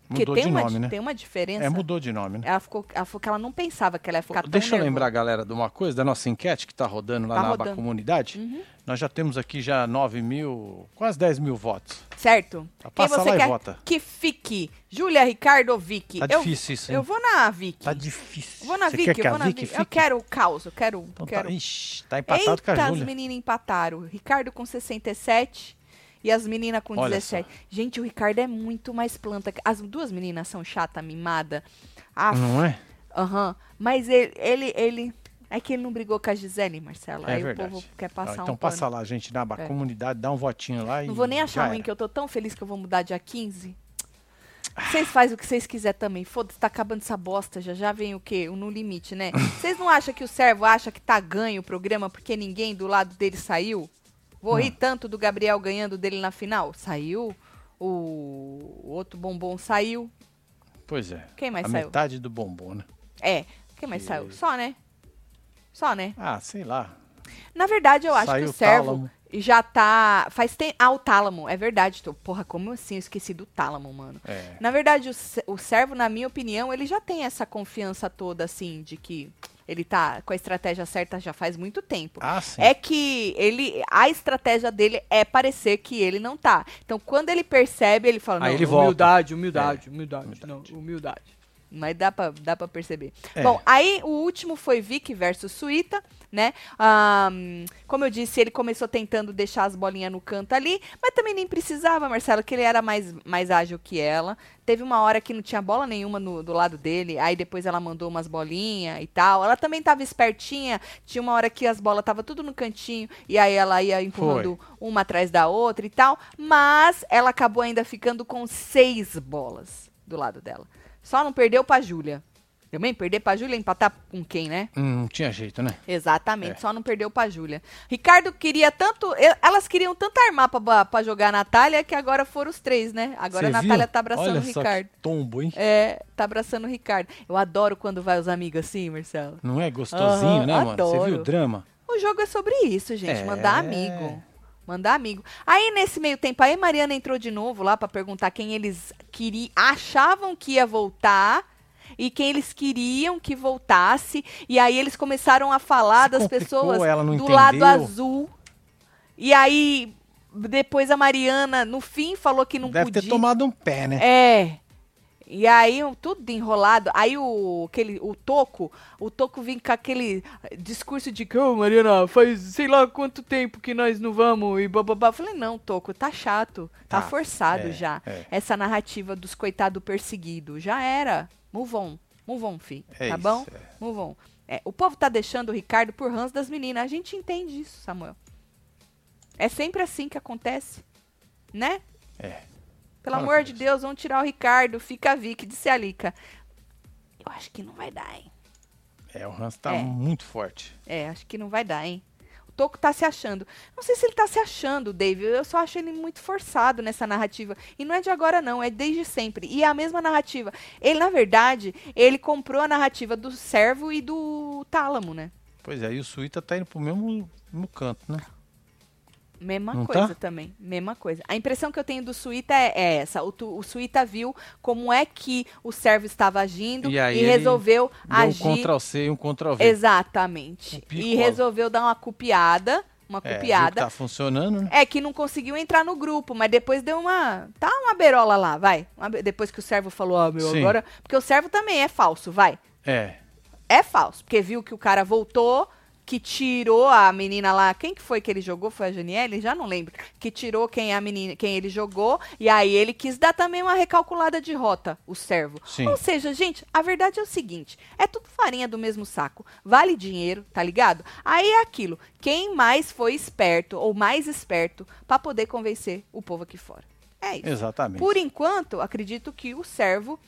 Speaker 1: porque
Speaker 2: Mudou
Speaker 1: tem,
Speaker 2: de
Speaker 1: uma,
Speaker 2: nome,
Speaker 1: di-
Speaker 2: né?
Speaker 1: tem uma diferença.
Speaker 2: É, mudou de nome, né?
Speaker 1: Ela, ficou, ela falou que ela não pensava que ela ia ficar tão
Speaker 2: Deixa eu
Speaker 1: nervosa.
Speaker 2: lembrar, galera, de uma coisa, da nossa enquete que tá rodando lá
Speaker 1: Tá
Speaker 2: na
Speaker 1: rodando. Uhum.
Speaker 2: aba comunidade. Nós já temos aqui já 9 mil, quase 10 mil votos.
Speaker 1: Certo?
Speaker 2: Tá,
Speaker 1: Quem
Speaker 2: passa
Speaker 1: você
Speaker 2: lá e
Speaker 1: quer
Speaker 2: vota.
Speaker 1: que fique? Júlia, Ricardo ou Vicky?
Speaker 2: Tá
Speaker 1: eu,
Speaker 2: difícil isso, hein?
Speaker 1: Eu vou na Vicky.
Speaker 2: Tá difícil.
Speaker 1: Vou na
Speaker 2: Você
Speaker 1: Vicky,
Speaker 2: quer que
Speaker 1: eu
Speaker 2: a
Speaker 1: vou na
Speaker 2: Vicky
Speaker 1: Vicky.
Speaker 2: fique?
Speaker 1: Eu quero o caos, eu quero...
Speaker 2: Então
Speaker 1: quero...
Speaker 2: tá, ixi, tá empatado com a
Speaker 1: Eita, as
Speaker 2: Júlia.
Speaker 1: meninas empataram. Ricardo com 67 e as meninas com
Speaker 2: Olha
Speaker 1: 17. Gente, o Ricardo é muito mais planta. que- As duas meninas são chata, mimada. Ah,
Speaker 2: Não é?
Speaker 1: Aham. Mas ele, ele, ele. É que ele não brigou com a Gisele, Marcelo.
Speaker 2: É
Speaker 1: Aí
Speaker 2: verdade.
Speaker 1: o povo quer
Speaker 2: Ó,
Speaker 1: passar
Speaker 2: então
Speaker 1: um
Speaker 2: passa
Speaker 1: pano.
Speaker 2: lá, gente, na aba
Speaker 1: É.
Speaker 2: comunidade, dá um votinho lá e.
Speaker 1: Não vou nem achar
Speaker 2: já
Speaker 1: ruim,
Speaker 2: era.
Speaker 1: que eu tô tão feliz que eu vou mudar dia 15. Vocês fazem o que vocês quiserem também. Foda-se, tá acabando essa bosta. Já já vem o quê? O No Limite,
Speaker 2: <laughs>
Speaker 1: né? Vocês não acham que o servo acha que tá ganho o programa porque ninguém do lado dele saiu? Vou
Speaker 2: Hum.
Speaker 1: rir tanto do Gabriel ganhando dele na final. Saiu. O o outro bombom saiu.
Speaker 2: Pois é.
Speaker 1: Quem mais
Speaker 2: a
Speaker 1: saiu?
Speaker 2: metade do bombom, né?
Speaker 1: É. Quem mais
Speaker 2: Que-
Speaker 1: saiu? Só, né? Só, né?
Speaker 2: Ah, sei lá.
Speaker 1: Na verdade, eu acho
Speaker 2: Saiu
Speaker 1: que o
Speaker 2: o
Speaker 1: servo
Speaker 2: tálamo.
Speaker 1: já tá. Faz tempo. Ah, o tálamo, é verdade. Tô... Porra, como assim? Eu esqueci do tálamo, mano.
Speaker 2: É.
Speaker 1: Na verdade, o, se- o servo, na minha opinião, ele já tem essa confiança toda, assim, de que ele tá com a estratégia certa já faz muito tempo.
Speaker 2: Ah, sim.
Speaker 1: É que ele, a estratégia dele é parecer que ele não tá. Então, quando ele percebe, ele fala,
Speaker 2: Aí
Speaker 1: não,
Speaker 2: ele volta. É.
Speaker 1: humildade, humildade, humildade,
Speaker 2: humildade.
Speaker 1: não, humildade. Mas dá pra, dá pra perceber.
Speaker 2: É.
Speaker 1: Bom, aí o último foi Vic versus Suíta, né? Ahn, como eu disse, ele começou tentando deixar as bolinhas no canto ali, mas também nem precisava, Marcelo, que ele era mais, mais ágil que ela. Teve uma hora que não tinha bola nenhuma no- do lado dele, aí depois ela mandou umas bolinhas e tal. Ela também tava espertinha, tinha uma hora que as bolas tava tudo no cantinho, e aí ela ia empurrando uma atrás da outra e tal. Mas ela acabou ainda ficando com seis bolas do lado dela. Só não perdeu pra Júlia. Também perder pra Júlia empatar com quem, né?
Speaker 2: Hum, não tinha jeito, né?
Speaker 1: Exatamente,
Speaker 2: É.
Speaker 1: só não perdeu pra Júlia. Ricardo queria tanto. e- Elas queriam tanto armar pra, ba- pra jogar a Natália que agora foram os três, né? Agora a
Speaker 2: Cê viu?
Speaker 1: Natália tá abraçando
Speaker 2: Olha
Speaker 1: o Ricardo.
Speaker 2: Só que tombo, hein?
Speaker 1: É, tá abraçando o Ricardo. Eu adoro quando vai os amigos assim, Marcelo.
Speaker 2: Não é gostosinho,
Speaker 1: Aham,
Speaker 2: né, mano? Você viu
Speaker 1: adoro.
Speaker 2: o drama?
Speaker 1: O jogo é sobre isso, gente.
Speaker 2: É.
Speaker 1: Mandar amigo. Mandar amigo. Aí, nesse meio tempo, aí Mariana entrou de novo lá pra perguntar quem eles queriam, achavam que ia voltar e quem eles queriam que voltasse. E aí eles começaram a falar
Speaker 2: Se
Speaker 1: das
Speaker 2: complicou,
Speaker 1: pessoas
Speaker 2: ela não
Speaker 1: do lado
Speaker 2: entendeu.
Speaker 1: azul. E aí, depois a Mariana, no fim, falou que não
Speaker 2: Deve
Speaker 1: podia.
Speaker 2: ter tomado um pé, né?
Speaker 1: É. E aí, um- tudo enrolado. Aí o, aquele, o Toco, o Toco vem com aquele discurso de que, ô Mariana, faz sei lá quanto tempo que nós não vamos e bababá. Eu falei, não, Toco, tá chato, tá,
Speaker 2: Tá,
Speaker 1: forçado
Speaker 2: é,
Speaker 1: já.
Speaker 2: é.
Speaker 1: Essa narrativa dos coitado perseguido. Já era. Move on. Move on, fi.
Speaker 2: É
Speaker 1: tá
Speaker 2: isso,
Speaker 1: bom?
Speaker 2: é.
Speaker 1: Move on. É, o povo tá deixando o Ricardo por ranço das meninas. A gente entende isso, Samuel. É sempre assim que acontece, né?
Speaker 2: É.
Speaker 1: Pelo
Speaker 2: Ah,
Speaker 1: amor de Deus, vamos tirar o Ricardo. Fica a Vic, disse a Lica. Eu acho que não vai dar, hein?
Speaker 2: É, o Hans tá
Speaker 1: É.
Speaker 2: muito forte.
Speaker 1: É, acho que não vai dar, hein? O Toco tá se achando. Não sei se ele tá se achando, Dave. Eu só acho ele muito forçado nessa narrativa. E não é de agora, não. É desde sempre. E é a mesma narrativa. Ele, na verdade, ele comprou a narrativa do servo e do tálamo, né?
Speaker 2: Pois é, e o Suíta tá indo pro mesmo, mesmo canto, né?
Speaker 1: Mesma
Speaker 2: Não tá?
Speaker 1: coisa também, mesma coisa. A impressão que eu tenho do Suíta é, é essa. O, tu- o Suíta viu como é que o servo estava agindo e,
Speaker 2: E aí ele
Speaker 1: resolveu
Speaker 2: Deu um
Speaker 1: agir.
Speaker 2: Ctrl C e um Ctrl V.
Speaker 1: Exatamente.
Speaker 2: Um
Speaker 1: e
Speaker 2: picola.
Speaker 1: resolveu dar uma copiada, uma
Speaker 2: É, viu que
Speaker 1: copiada.
Speaker 2: tá funcionando, né?
Speaker 1: É que não conseguiu entrar no grupo, mas depois deu uma. Tá uma berola lá, vai. Uma be- depois que o servo falou, ah, meu,
Speaker 2: Sim.
Speaker 1: agora. Porque o servo também é falso, vai.
Speaker 2: É.
Speaker 1: É falso. Porque viu que o cara voltou, que tirou a menina lá. Quem que foi que ele jogou? Foi a Janiele? Já não lembro. Que tirou quem a menina, quem ele jogou. E aí ele quis dar também uma recalculada de rota, o servo.
Speaker 2: Sim.
Speaker 1: Ou seja, gente, a verdade é o seguinte: é tudo farinha do mesmo saco. Vale dinheiro, tá ligado? Aí é aquilo. Quem mais foi esperto ou mais esperto pra poder convencer o povo aqui fora. É isso.
Speaker 2: Exatamente.
Speaker 1: Por enquanto, acredito que o servo,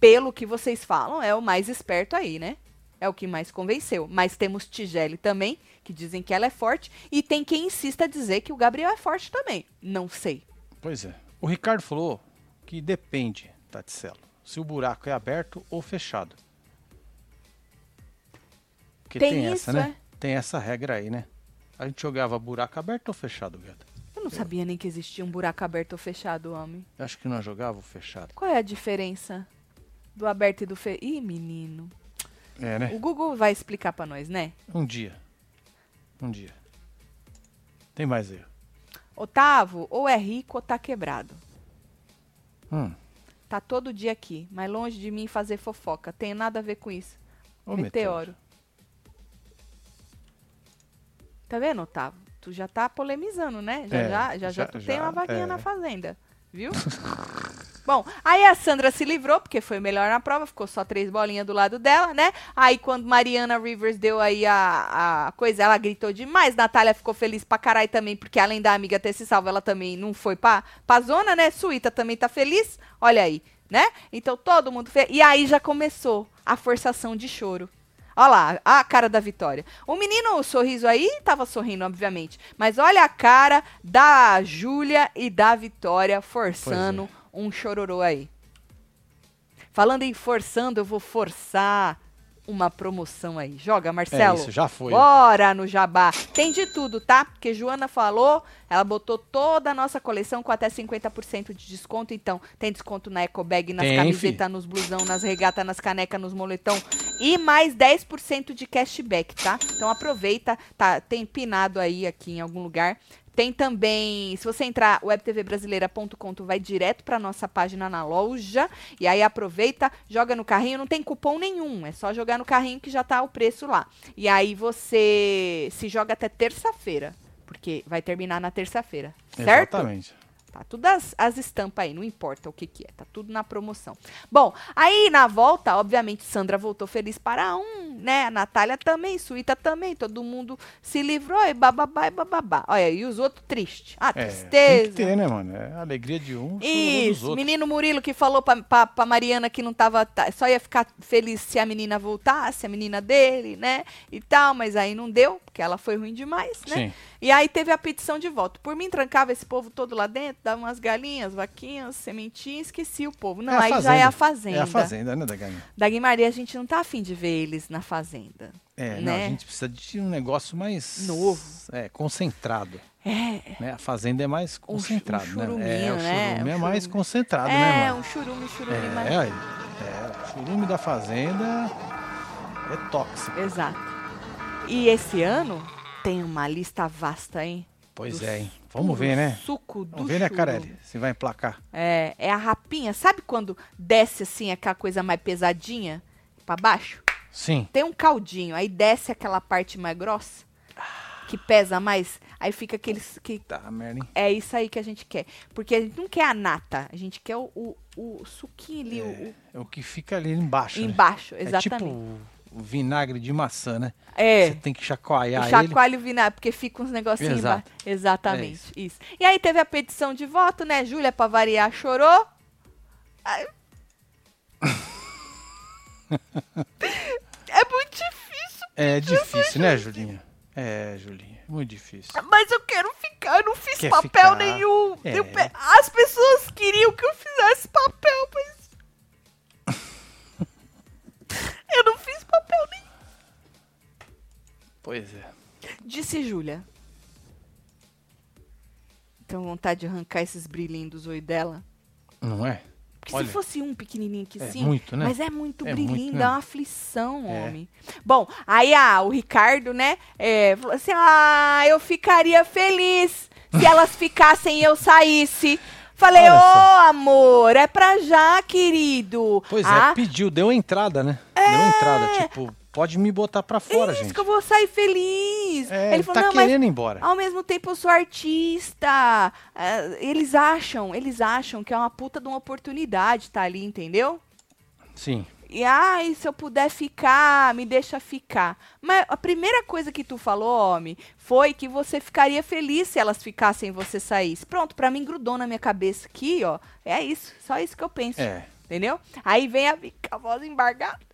Speaker 1: pelo que vocês falam, é o mais esperto aí, né? É o que mais convenceu. Mas temos Tigele também, que dizem que ela é forte, e tem quem insista a dizer que o Gabriel é forte também. Não sei.
Speaker 2: Pois é. O Ricardo falou que depende, Taticelo, se o buraco é aberto ou fechado. Porque
Speaker 1: Tem
Speaker 2: tem, essa,
Speaker 1: isso, é.
Speaker 2: né? Tem essa regra aí, né? A gente jogava buraco aberto ou fechado, Guedes?
Speaker 1: Eu não sabia nem que existia um buraco aberto ou fechado, homem.
Speaker 2: Eu acho que nós jogava o fechado.
Speaker 1: Qual é a diferença do aberto e do fechado? Ih, menino.
Speaker 2: É, né?
Speaker 1: O Google vai explicar pra nós, né?
Speaker 2: Um dia. Um dia. Tem mais erro.
Speaker 1: Otávio, ou é rico ou tá quebrado.
Speaker 2: Hum.
Speaker 1: Tá todo dia aqui, mas longe de mim fazer fofoca. Tem nada a ver com isso.
Speaker 2: Ô,
Speaker 1: meteoro. Tá vendo, Otávio? Tu já tá polemizando, né? Já já,
Speaker 2: É,
Speaker 1: já, já
Speaker 2: já-
Speaker 1: tu
Speaker 2: já,
Speaker 1: tem uma vaguinha na
Speaker 2: é.
Speaker 1: fazenda, viu? Bom, aí a Sandra se livrou, porque foi melhor na prova, ficou só três bolinhas do lado dela, né? Aí quando Mariana Rivers deu aí a, a coisa, ela gritou demais. Natália ficou feliz pra caralho também, porque além da amiga ter se salvo, ela também não foi pra, pra zona, né? Suíta também tá feliz, olha aí, né? Então todo mundo fez. E aí já começou a forçação de choro. Olha lá, a cara da Vitória. O menino, o sorriso aí, tava sorrindo, obviamente. Mas olha a cara da Júlia e da Vitória forçando um chororô aí. Falando em forçando, eu vou forçar uma promoção aí. Joga,
Speaker 2: É
Speaker 1: Marcelo.
Speaker 2: isso, já foi.
Speaker 1: Bora no jabá. Tem de tudo, tá? Porque Joana falou, ela botou toda a nossa coleção com até 50% de desconto. Então, tem desconto na Ecobag, nas
Speaker 2: Tem,
Speaker 1: camisetas, nos blusão, nas regatas, nas canecas, nos moletão. E mais 10% de cashback, tá? Então, aproveita. Tá, tem pinado aí, aqui em algum lugar. Tem também, se você entrar webtvbrasileira.com, tu vai direto pra nossa página na loja. E aí aproveita, joga no carrinho, não tem cupom nenhum, é só jogar no carrinho que já tá o preço lá. E aí você se joga até terça-feira, porque vai terminar na terça-feira, certo?
Speaker 2: Exatamente.
Speaker 1: Tá tudo as, as estampas aí, não importa o que que é, tá tudo na promoção. Bom, aí na volta, obviamente, Sandra voltou feliz para um né? A Natália também, Suíta também, todo mundo se livrou e bababá e bababá. Olha, e os outros tristes. Ah,
Speaker 2: É, Tem que
Speaker 1: tristeza.
Speaker 2: ter, né, mano? É a alegria de um, e dos
Speaker 1: Isso,
Speaker 2: outros.
Speaker 1: menino Murilo que falou pra, pra, pra Mariana que não tava. tá- Só ia ficar feliz se a menina voltasse, a menina dele, né? E tal, mas aí não deu, porque ela foi ruim demais, né?
Speaker 2: Sim.
Speaker 1: E aí teve a petição de voto. Por mim, trancava esse povo todo lá dentro, dava umas galinhas, vaquinhas, sementinhas, esqueci o povo. Não,
Speaker 2: É a
Speaker 1: aí já
Speaker 2: fazenda.
Speaker 1: é a fazenda.
Speaker 2: É a fazenda, né, da Galinha?
Speaker 1: Da Guimarães, a gente não tá afim de ver eles na fazenda.
Speaker 2: É, não,
Speaker 1: Né?
Speaker 2: a gente precisa de um negócio mais.
Speaker 1: Novo.
Speaker 2: É, concentrado.
Speaker 1: É,
Speaker 2: Né? A fazenda é
Speaker 1: Um
Speaker 2: mais
Speaker 1: chu- um
Speaker 2: concentrado,
Speaker 1: churuminho,
Speaker 2: né? É, o
Speaker 1: né?
Speaker 2: churume
Speaker 1: Um
Speaker 2: é mais
Speaker 1: churume.
Speaker 2: concentrado, né,
Speaker 1: é
Speaker 2: mano?
Speaker 1: um churume, churume. mas-
Speaker 2: É, é, é, o churume da fazenda é tóxico.
Speaker 1: Exato. E esse ano tem uma lista vasta, hein?
Speaker 2: Pois
Speaker 1: Do
Speaker 2: é, hein?
Speaker 1: su-
Speaker 2: Vamos
Speaker 1: puro
Speaker 2: ver, né?
Speaker 1: Suco do
Speaker 2: Vamos ver, né,
Speaker 1: churume.
Speaker 2: Carelli? Se vai emplacar.
Speaker 1: É, é a rapinha. Sabe quando desce assim aquela coisa mais pesadinha pra baixo?
Speaker 2: Sim.
Speaker 1: Tem um caldinho, aí desce aquela parte mais grossa, que pesa mais, aí fica aqueles que
Speaker 2: Tá, merda, hein?
Speaker 1: é isso aí que a gente quer. Porque a gente não quer a nata, a gente quer o, o, o suquinho ali, o-
Speaker 2: É o que fica ali embaixo.
Speaker 1: o,
Speaker 2: né?
Speaker 1: embaixo,
Speaker 2: É tipo
Speaker 1: exatamente.
Speaker 2: o vinagre de maçã, né?
Speaker 1: É.
Speaker 2: Você tem que chacoalhar
Speaker 1: o
Speaker 2: ele.
Speaker 1: chacoalho vinagre, porque fica uns negocinhos
Speaker 2: Exato. É
Speaker 1: embaixo. Exatamente, isso. E aí teve a petição de voto, né? Júlia, pra variar, chorou. Ai.
Speaker 2: <laughs>
Speaker 1: é muito difícil,
Speaker 2: É difícil, né, Julinha? É, Julinha. Muito difícil.
Speaker 1: mas eu quero ficar, eu não fiz
Speaker 2: Quer
Speaker 1: papel
Speaker 2: ficar.
Speaker 1: nenhum.
Speaker 2: É.
Speaker 1: Eu pe- As pessoas queriam que eu fizesse papel, mas... <laughs> eu não fiz papel nenhum.
Speaker 2: Pois é.
Speaker 1: Disse Júlia. Então vontade de arrancar esses brilhinhos dos olhos dela.
Speaker 2: Não é?
Speaker 1: Porque
Speaker 2: Olha.
Speaker 1: se fosse um pequenininho que
Speaker 2: É
Speaker 1: sim.
Speaker 2: muito, né?
Speaker 1: Mas é muito
Speaker 2: É
Speaker 1: brilhinho,
Speaker 2: muito, né?
Speaker 1: dá uma aflição,
Speaker 2: É.
Speaker 1: homem. Bom, aí ah, o Ricardo, né, é, falou assim, ah, eu ficaria feliz se elas
Speaker 2: <laughs>
Speaker 1: ficassem e eu saísse. Falei, ô
Speaker 2: Olha só.
Speaker 1: amor, é pra já, querido.
Speaker 2: Pois
Speaker 1: ah,
Speaker 2: é, pediu, deu entrada, né? Deu entrada, tipo, pode me botar é pra fora,
Speaker 1: É! isso
Speaker 2: gente.
Speaker 1: que eu vou sair feliz.
Speaker 2: É,
Speaker 1: Ele
Speaker 2: ele
Speaker 1: falou,
Speaker 2: tá
Speaker 1: não, mas
Speaker 2: querendo ir embora.
Speaker 1: Ao mesmo tempo, eu sou artista. Ah, Eles acham, eles acham que é uma puta de uma oportunidade tá ali, entendeu?
Speaker 2: Sim.
Speaker 1: E ai, se eu puder ficar, me deixa ficar. Mas a primeira coisa que tu falou, homem, foi que você ficaria feliz se elas ficassem e você saísse. Pronto, pra mim grudou na minha cabeça aqui, ó. É isso, só isso que eu penso.
Speaker 2: É.
Speaker 1: Entendeu? Aí vem a, Vicky com a voz embargada.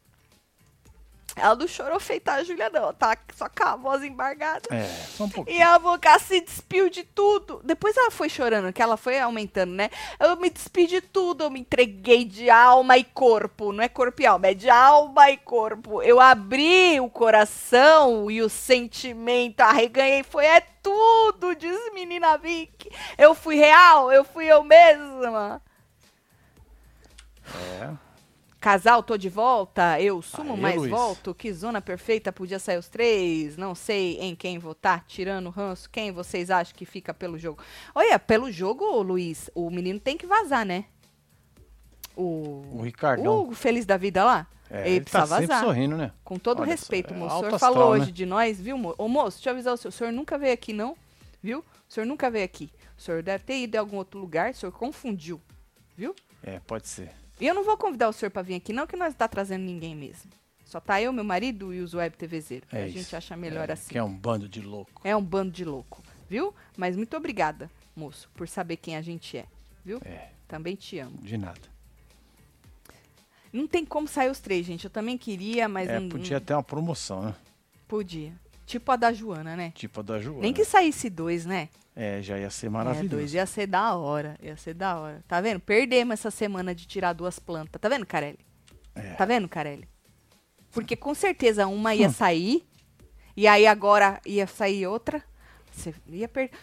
Speaker 1: Ela não chorou feita a Júlia, não, tá? Só com a voz embargada.
Speaker 2: É, só um pouquinho.
Speaker 1: E a boca se despiu de tudo. Depois ela foi chorando, que ela foi aumentando, né? Eu me despi de tudo, eu me entreguei de alma e corpo. Não é corpo e alma, é de alma e corpo. Eu abri o coração e o sentimento, arreganhei. Foi, é tudo, diz menina Vicky. Eu fui real, eu fui eu mesma.
Speaker 2: É.
Speaker 1: Casal, tô de volta, eu sumo,
Speaker 2: Aê,
Speaker 1: mas
Speaker 2: Luiz.
Speaker 1: volto. Que zona perfeita, podia sair os três. Não sei em quem votar, tirando o ranço. Quem vocês acham que fica pelo jogo? Olha, pelo jogo, ô, Luiz, o menino tem que vazar, né? O,
Speaker 2: O Ricardão.
Speaker 1: o Feliz da Vida lá.
Speaker 2: é,
Speaker 1: Uh, ele,
Speaker 2: ele
Speaker 1: precisa
Speaker 2: tá sempre
Speaker 1: vazar.
Speaker 2: sorrindo, né?
Speaker 1: Com todo
Speaker 2: Olha só,
Speaker 1: respeito,
Speaker 2: é
Speaker 1: moço. O
Speaker 2: alto
Speaker 1: senhor
Speaker 2: astral,
Speaker 1: falou
Speaker 2: né?
Speaker 1: hoje de nós, viu, moço? Ô, moço, deixa eu avisar o senhor. O senhor nunca veio aqui, não, viu? O senhor nunca veio aqui. O senhor deve ter ido em algum outro lugar, o senhor confundiu, viu?
Speaker 2: É, pode ser.
Speaker 1: E eu não vou convidar o senhor pra vir aqui, não, que nós não tá trazendo ninguém mesmo. Só tá eu, meu marido e os web TVzeiro.
Speaker 2: É
Speaker 1: a
Speaker 2: isso.
Speaker 1: gente acha melhor
Speaker 2: É,
Speaker 1: assim.
Speaker 2: Que é um bando de louco.
Speaker 1: É um bando de louco, viu? Mas muito obrigada, moço, por saber quem a gente é, viu?
Speaker 2: É,
Speaker 1: Também te amo.
Speaker 2: de nada.
Speaker 1: Não tem como sair os três, gente. Eu também queria, mas
Speaker 2: é,
Speaker 1: não
Speaker 2: podia ter uma promoção, né?
Speaker 1: não podia. Tipo a da Joana, né?
Speaker 2: Tipo a da Joana.
Speaker 1: Nem que saísse dois, né?
Speaker 2: É, já ia ser
Speaker 1: É,
Speaker 2: maravilhoso.
Speaker 1: dois ia ser da hora. Ia ser da hora. Tá vendo? Perdemos essa semana de tirar duas plantas. Tá vendo, Carelli?
Speaker 2: É. Hum.
Speaker 1: Tá vendo, Carelli? Porque com certeza uma ia sair, e aí agora ia sair outra. Você ia perder.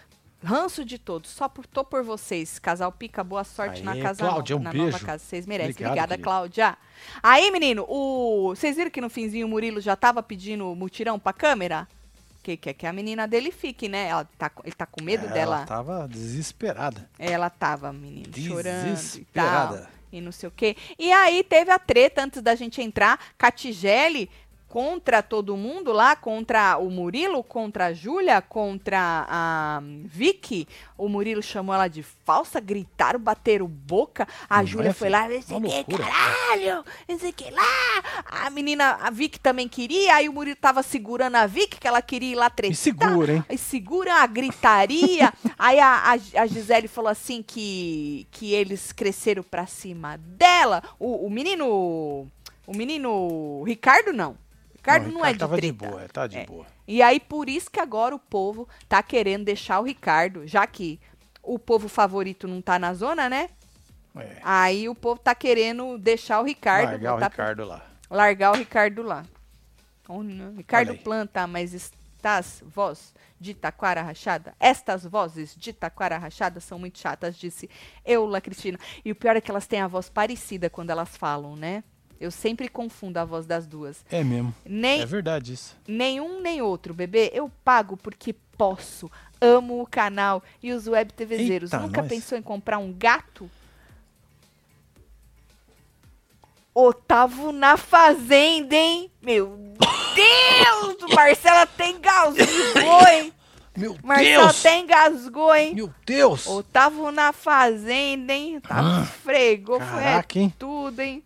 Speaker 1: Ranço de todos, só por, tô por vocês. Casal Pica, boa sorte na
Speaker 2: Aê,
Speaker 1: casa
Speaker 2: Cláudia,
Speaker 1: nova,
Speaker 2: um
Speaker 1: na nova
Speaker 2: beijo.
Speaker 1: casa. Vocês merecem.
Speaker 2: Obrigado,
Speaker 1: Obrigada,
Speaker 2: querida.
Speaker 1: Cláudia. Aí, menino, o. Vocês viram que no finzinho o Murilo já tava pedindo mutirão pra câmera? Que quer que a menina dele fique, né? Ela tá, com- ele tá com medo
Speaker 2: É,
Speaker 1: dela.
Speaker 2: Ela tava desesperada.
Speaker 1: Ela tava, menino, chorando e tal.
Speaker 2: Desesperada.
Speaker 1: E não sei o quê. E aí teve a treta antes da gente entrar. Catigele contra todo mundo lá, contra o Murilo, contra a Júlia, contra a Vicky. O Murilo chamou ela de falsa, gritaram, bateram boca. A
Speaker 2: Não
Speaker 1: Júlia
Speaker 2: é,
Speaker 1: foi
Speaker 2: filho?
Speaker 1: lá, não sei o
Speaker 2: Uma
Speaker 1: que,
Speaker 2: loucura.
Speaker 1: caralho, não sei o que lá. A menina, a Vicky também queria, aí o Murilo tava segurando a Vicky, que tá. ela queria ir lá
Speaker 2: Me
Speaker 1: tretar.
Speaker 2: segura, hein?
Speaker 1: Aí segura a gritaria. Aí a, a, a Gisele falou assim que, que eles cresceram pra cima dela. O, o menino. O menino. Ricardo não. Ricardo não, é
Speaker 2: Ricardo
Speaker 1: de
Speaker 2: tava de
Speaker 1: treta.
Speaker 2: boa, é, tá de
Speaker 1: É.
Speaker 2: boa.
Speaker 1: E aí, por isso que agora o povo tá querendo deixar o Ricardo, já que o povo favorito não tá na zona, né?
Speaker 2: É.
Speaker 1: Aí o povo tá querendo deixar o Ricardo, tá
Speaker 2: Largar o
Speaker 1: botar-
Speaker 2: Ricardo lá.
Speaker 1: largar o Ricardo lá. Oh, não. Ricardo
Speaker 2: aí.
Speaker 1: planta, mas estas voz de taquara rachada, estas vozes de taquara rachada são muito chatas, disse Eula Cristina. E o pior é que elas têm a voz parecida quando elas falam, né? Eu sempre confundo a voz das duas.
Speaker 2: É mesmo.
Speaker 1: Nem
Speaker 2: É verdade isso.
Speaker 1: nenhum nem outro, bebê. Eu pago porque posso. Amo o canal e os web TVzeiros.
Speaker 2: Eita,
Speaker 1: Nunca
Speaker 2: nós.
Speaker 1: pensou em comprar um gato? Otávio na fazenda, hein? Meu Deus! Marcela tem engasgou,
Speaker 2: <laughs>
Speaker 1: hein?
Speaker 2: Meu
Speaker 1: Marcela tem engasgou, hein?
Speaker 2: Meu Deus!
Speaker 1: Otávio na fazenda, hein? Tá
Speaker 2: Ah,
Speaker 1: fregou, foi é
Speaker 2: Caraca, hein?
Speaker 1: tudo, hein?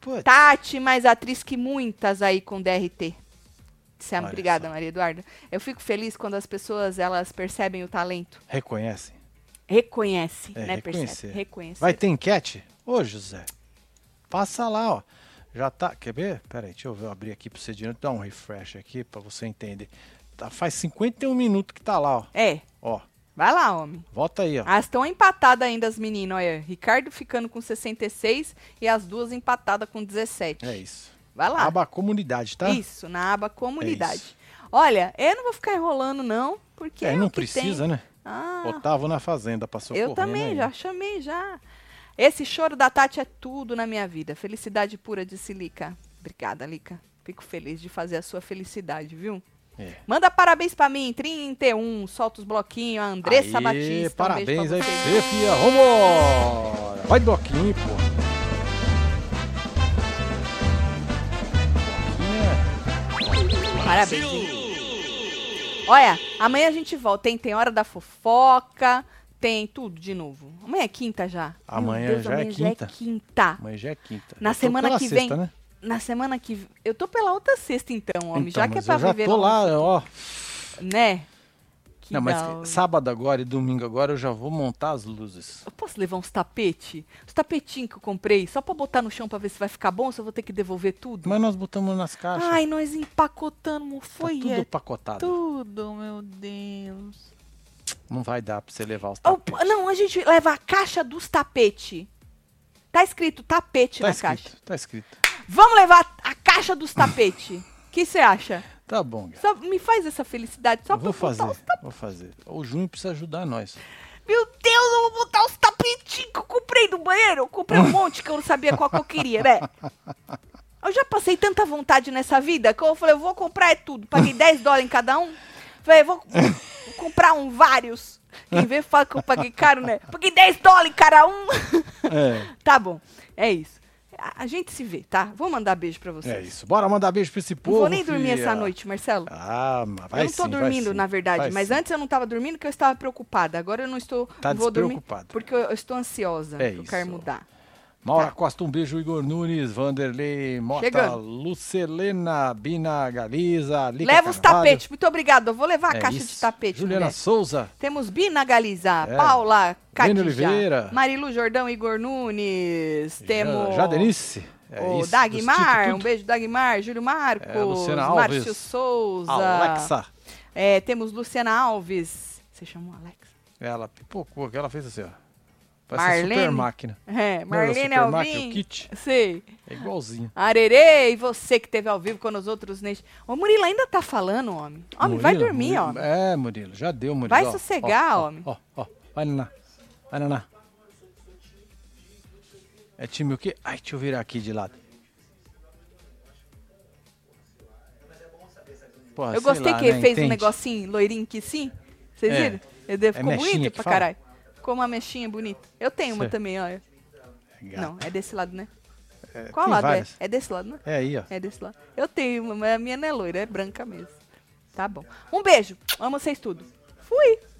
Speaker 2: Putz.
Speaker 1: Tá. Tati, mais atriz que muitas aí com DRT. Sam,
Speaker 2: Olha
Speaker 1: é obrigada,
Speaker 2: só.
Speaker 1: Maria Eduarda. Eu fico feliz quando as pessoas elas percebem o talento.
Speaker 2: Reconhece?
Speaker 1: Reconhece,
Speaker 2: É,
Speaker 1: né?
Speaker 2: reconhecer.
Speaker 1: Percebe. Reconhece.
Speaker 2: Vai ter enquete? Ô, José. Passa lá, ó. Já tá. Quer ver? Pera aí, deixa eu ver- abrir aqui pra você direito. Dar um refresh aqui pra você entender. Tá, faz 51 minutos que tá lá, ó.
Speaker 1: É,
Speaker 2: Ó,
Speaker 1: vai lá, homem.
Speaker 2: volta aí, ó.
Speaker 1: Elas estão empatadas ainda, as meninas. Olha, Ricardo ficando com 66 e as duas empatadas com 17.
Speaker 2: É isso.
Speaker 1: Vai lá.
Speaker 2: Aba comunidade, tá?
Speaker 1: Isso, na aba comunidade.
Speaker 2: isso.
Speaker 1: Olha, eu não vou ficar enrolando, não, porque.
Speaker 2: é,
Speaker 1: é
Speaker 2: não
Speaker 1: o que tem.
Speaker 2: precisa, né?
Speaker 1: Ah,
Speaker 2: Otávio na fazenda, né, passou
Speaker 1: Eu
Speaker 2: correndo
Speaker 1: também,
Speaker 2: aí.
Speaker 1: já chamei, já. Esse choro da Tati é tudo na minha vida. Felicidade pura, disse Lica. Obrigada, Lica. Fico feliz de fazer a sua felicidade, viu?
Speaker 2: É.
Speaker 1: Manda parabéns pra mim, 31, solta os bloquinhos, a Andressa
Speaker 2: Aê,
Speaker 1: Batista. um
Speaker 2: Parabéns
Speaker 1: beijo pra
Speaker 2: aí pra
Speaker 1: você.
Speaker 2: você, fia. Vambora! Vai bloquinho, pô. Bloquinho
Speaker 1: Parabéns. Olha, amanhã a gente volta, hein? Tem hora da fofoca, tem tudo de novo. Amanhã é quinta já. Meu
Speaker 2: Amanhã já é
Speaker 1: amanhã
Speaker 2: quinta.
Speaker 1: Já é quinta.
Speaker 2: é- Mas já é quinta.
Speaker 1: Na
Speaker 2: Eu tô
Speaker 1: semana
Speaker 2: pela
Speaker 1: que
Speaker 2: sexta,
Speaker 1: vem,
Speaker 2: Né?
Speaker 1: Na semana que. Eu tô pela outra sexta, então, homem.
Speaker 2: Então,
Speaker 1: já que é
Speaker 2: mas
Speaker 1: pra
Speaker 2: eu já
Speaker 1: viver
Speaker 2: tô
Speaker 1: longe.
Speaker 2: lá, ó.
Speaker 1: Né? Que
Speaker 2: Não, mas
Speaker 1: da hora.
Speaker 2: sábado agora e domingo agora eu já vou montar as luzes.
Speaker 1: Eu posso levar uns tapetes? Os tapetinhos que eu comprei, só pra botar no chão pra ver se vai ficar bom, se eu vou ter que devolver tudo?
Speaker 2: Mas nós botamos nas caixas.
Speaker 1: Ai, nós empacotamos,
Speaker 2: tá
Speaker 1: foi
Speaker 2: tudo
Speaker 1: é
Speaker 2: pacotado.
Speaker 1: tudo, meu Deus.
Speaker 2: Não vai dar pra você levar os
Speaker 1: Oh,
Speaker 2: tapetes.
Speaker 1: não, a gente leva a caixa dos tapetes. Tá escrito tapete
Speaker 2: tá
Speaker 1: na
Speaker 2: escrito,
Speaker 1: caixa.
Speaker 2: tá escrito.
Speaker 1: Vamos levar a caixa dos
Speaker 2: <coughs>
Speaker 1: tapetes. O que você acha?
Speaker 2: Tá bom, Gá.
Speaker 1: Só me faz essa felicidade, só
Speaker 2: Eu vou
Speaker 1: pra eu
Speaker 2: fazer,
Speaker 1: botar os...
Speaker 2: vou fazer. O Junho precisa ajudar
Speaker 1: <laughs>
Speaker 2: nós.
Speaker 1: Meu Deus, eu vou botar os tapetinhos que eu comprei do banheiro. Eu comprei um monte que eu não sabia qual que eu queria, né? Eu já passei tanta vontade nessa vida que eu falei, eu vou comprar é tudo. Paguei 10 dólares em cada um. Falei, vou, vou comprar um vários. Quem vê fala que eu paguei caro, né? Paguei 10 dólares em cada um.
Speaker 2: É,
Speaker 1: Tá bom, é isso. A, a gente se vê, tá? Vou mandar beijo pra vocês.
Speaker 2: é isso. Bora mandar beijo pra esse
Speaker 1: Não
Speaker 2: povo. é
Speaker 1: vou nem dormir
Speaker 2: fia.
Speaker 1: essa noite, Marcelo.
Speaker 2: Ah, mas vai
Speaker 1: eu não tô
Speaker 2: sim, vai
Speaker 1: dormindo,
Speaker 2: sim.
Speaker 1: na verdade,
Speaker 2: Vai
Speaker 1: mas
Speaker 2: sim.
Speaker 1: antes eu não tava dormindo porque eu estava preocupada. Agora eu não estou.
Speaker 2: Tá
Speaker 1: não vou dormir
Speaker 2: despreocupado.
Speaker 1: porque eu, eu estou ansiosa.
Speaker 2: É
Speaker 1: eu quero
Speaker 2: isso.
Speaker 1: mudar.
Speaker 2: Maura
Speaker 1: Tá.
Speaker 2: Costa, um beijo. Igor Nunes, Vanderlei Mota,
Speaker 1: Chegando.
Speaker 2: Lucelena, Bina Galiza, Lica
Speaker 1: Leva os
Speaker 2: Carvalho.
Speaker 1: tapetes, muito obrigada. Eu vou levar a
Speaker 2: É
Speaker 1: caixa de
Speaker 2: isso.
Speaker 1: tapete.
Speaker 2: Juliana
Speaker 1: mulher.
Speaker 2: Souza.
Speaker 1: Temos Bina Galiza,
Speaker 2: É.
Speaker 1: Paula,
Speaker 2: Lene
Speaker 1: Cadija,
Speaker 2: Oliveira.
Speaker 1: Marilu Jordão, Igor Nunes. Temos.
Speaker 2: Ja- Jadenice. É
Speaker 1: o
Speaker 2: isso, dos
Speaker 1: Dagmar,
Speaker 2: Tito
Speaker 1: um
Speaker 2: Tudo.
Speaker 1: beijo, Dagmar, Júlio Marcos,
Speaker 2: É, Luciana Alves.
Speaker 1: Márcio Souza.
Speaker 2: Alexa.
Speaker 1: É, temos Luciana Alves. Você chamou Alexa?
Speaker 2: Ela pipocou, que ela fez assim, ó. Parece uma super
Speaker 1: Marlene.
Speaker 2: máquina.
Speaker 1: É,
Speaker 2: Não era
Speaker 1: Marlene
Speaker 2: super máquina, o
Speaker 1: Alvim.
Speaker 2: kit.
Speaker 1: Sei.
Speaker 2: É igualzinho.
Speaker 1: Arerê, e você que teve ao vivo com os outros neste. Ô, Murilo, ainda tá falando, homem. Homem, vai
Speaker 2: Murilo,
Speaker 1: dormir,
Speaker 2: Murilo-
Speaker 1: homem.
Speaker 2: É, Murilo, já deu, Murilo.
Speaker 1: Vai
Speaker 2: ó,
Speaker 1: sossegar,
Speaker 2: ó, ó,
Speaker 1: homem.
Speaker 2: Ó, ó, vai, Naná. Vai, Naná. É time o quê? Ai, deixa eu virar aqui de lado. Pô, sei
Speaker 1: Eu gostei
Speaker 2: lá,
Speaker 1: que ele
Speaker 2: né,
Speaker 1: fez um
Speaker 2: entende?
Speaker 1: negocinho loirinho que sim. Vocês
Speaker 2: É.
Speaker 1: viram? Ele deu-
Speaker 2: É
Speaker 1: ficou
Speaker 2: mechinha
Speaker 1: bonito
Speaker 2: que
Speaker 1: pra
Speaker 2: fala?
Speaker 1: caralho. Ficou uma mechinha bonita. Eu tenho uma
Speaker 2: Sei.
Speaker 1: também, olha.
Speaker 2: Gato.
Speaker 1: Não, é desse lado, né?
Speaker 2: É,
Speaker 1: Qual
Speaker 2: tem
Speaker 1: lado é?
Speaker 2: várias.
Speaker 1: É desse lado, né?
Speaker 2: É aí, ó.
Speaker 1: É desse lado. Eu tenho, uma, mas a minha não é loira, é branca mesmo. Tá bom. Um beijo. Amo vocês tudo. Fui.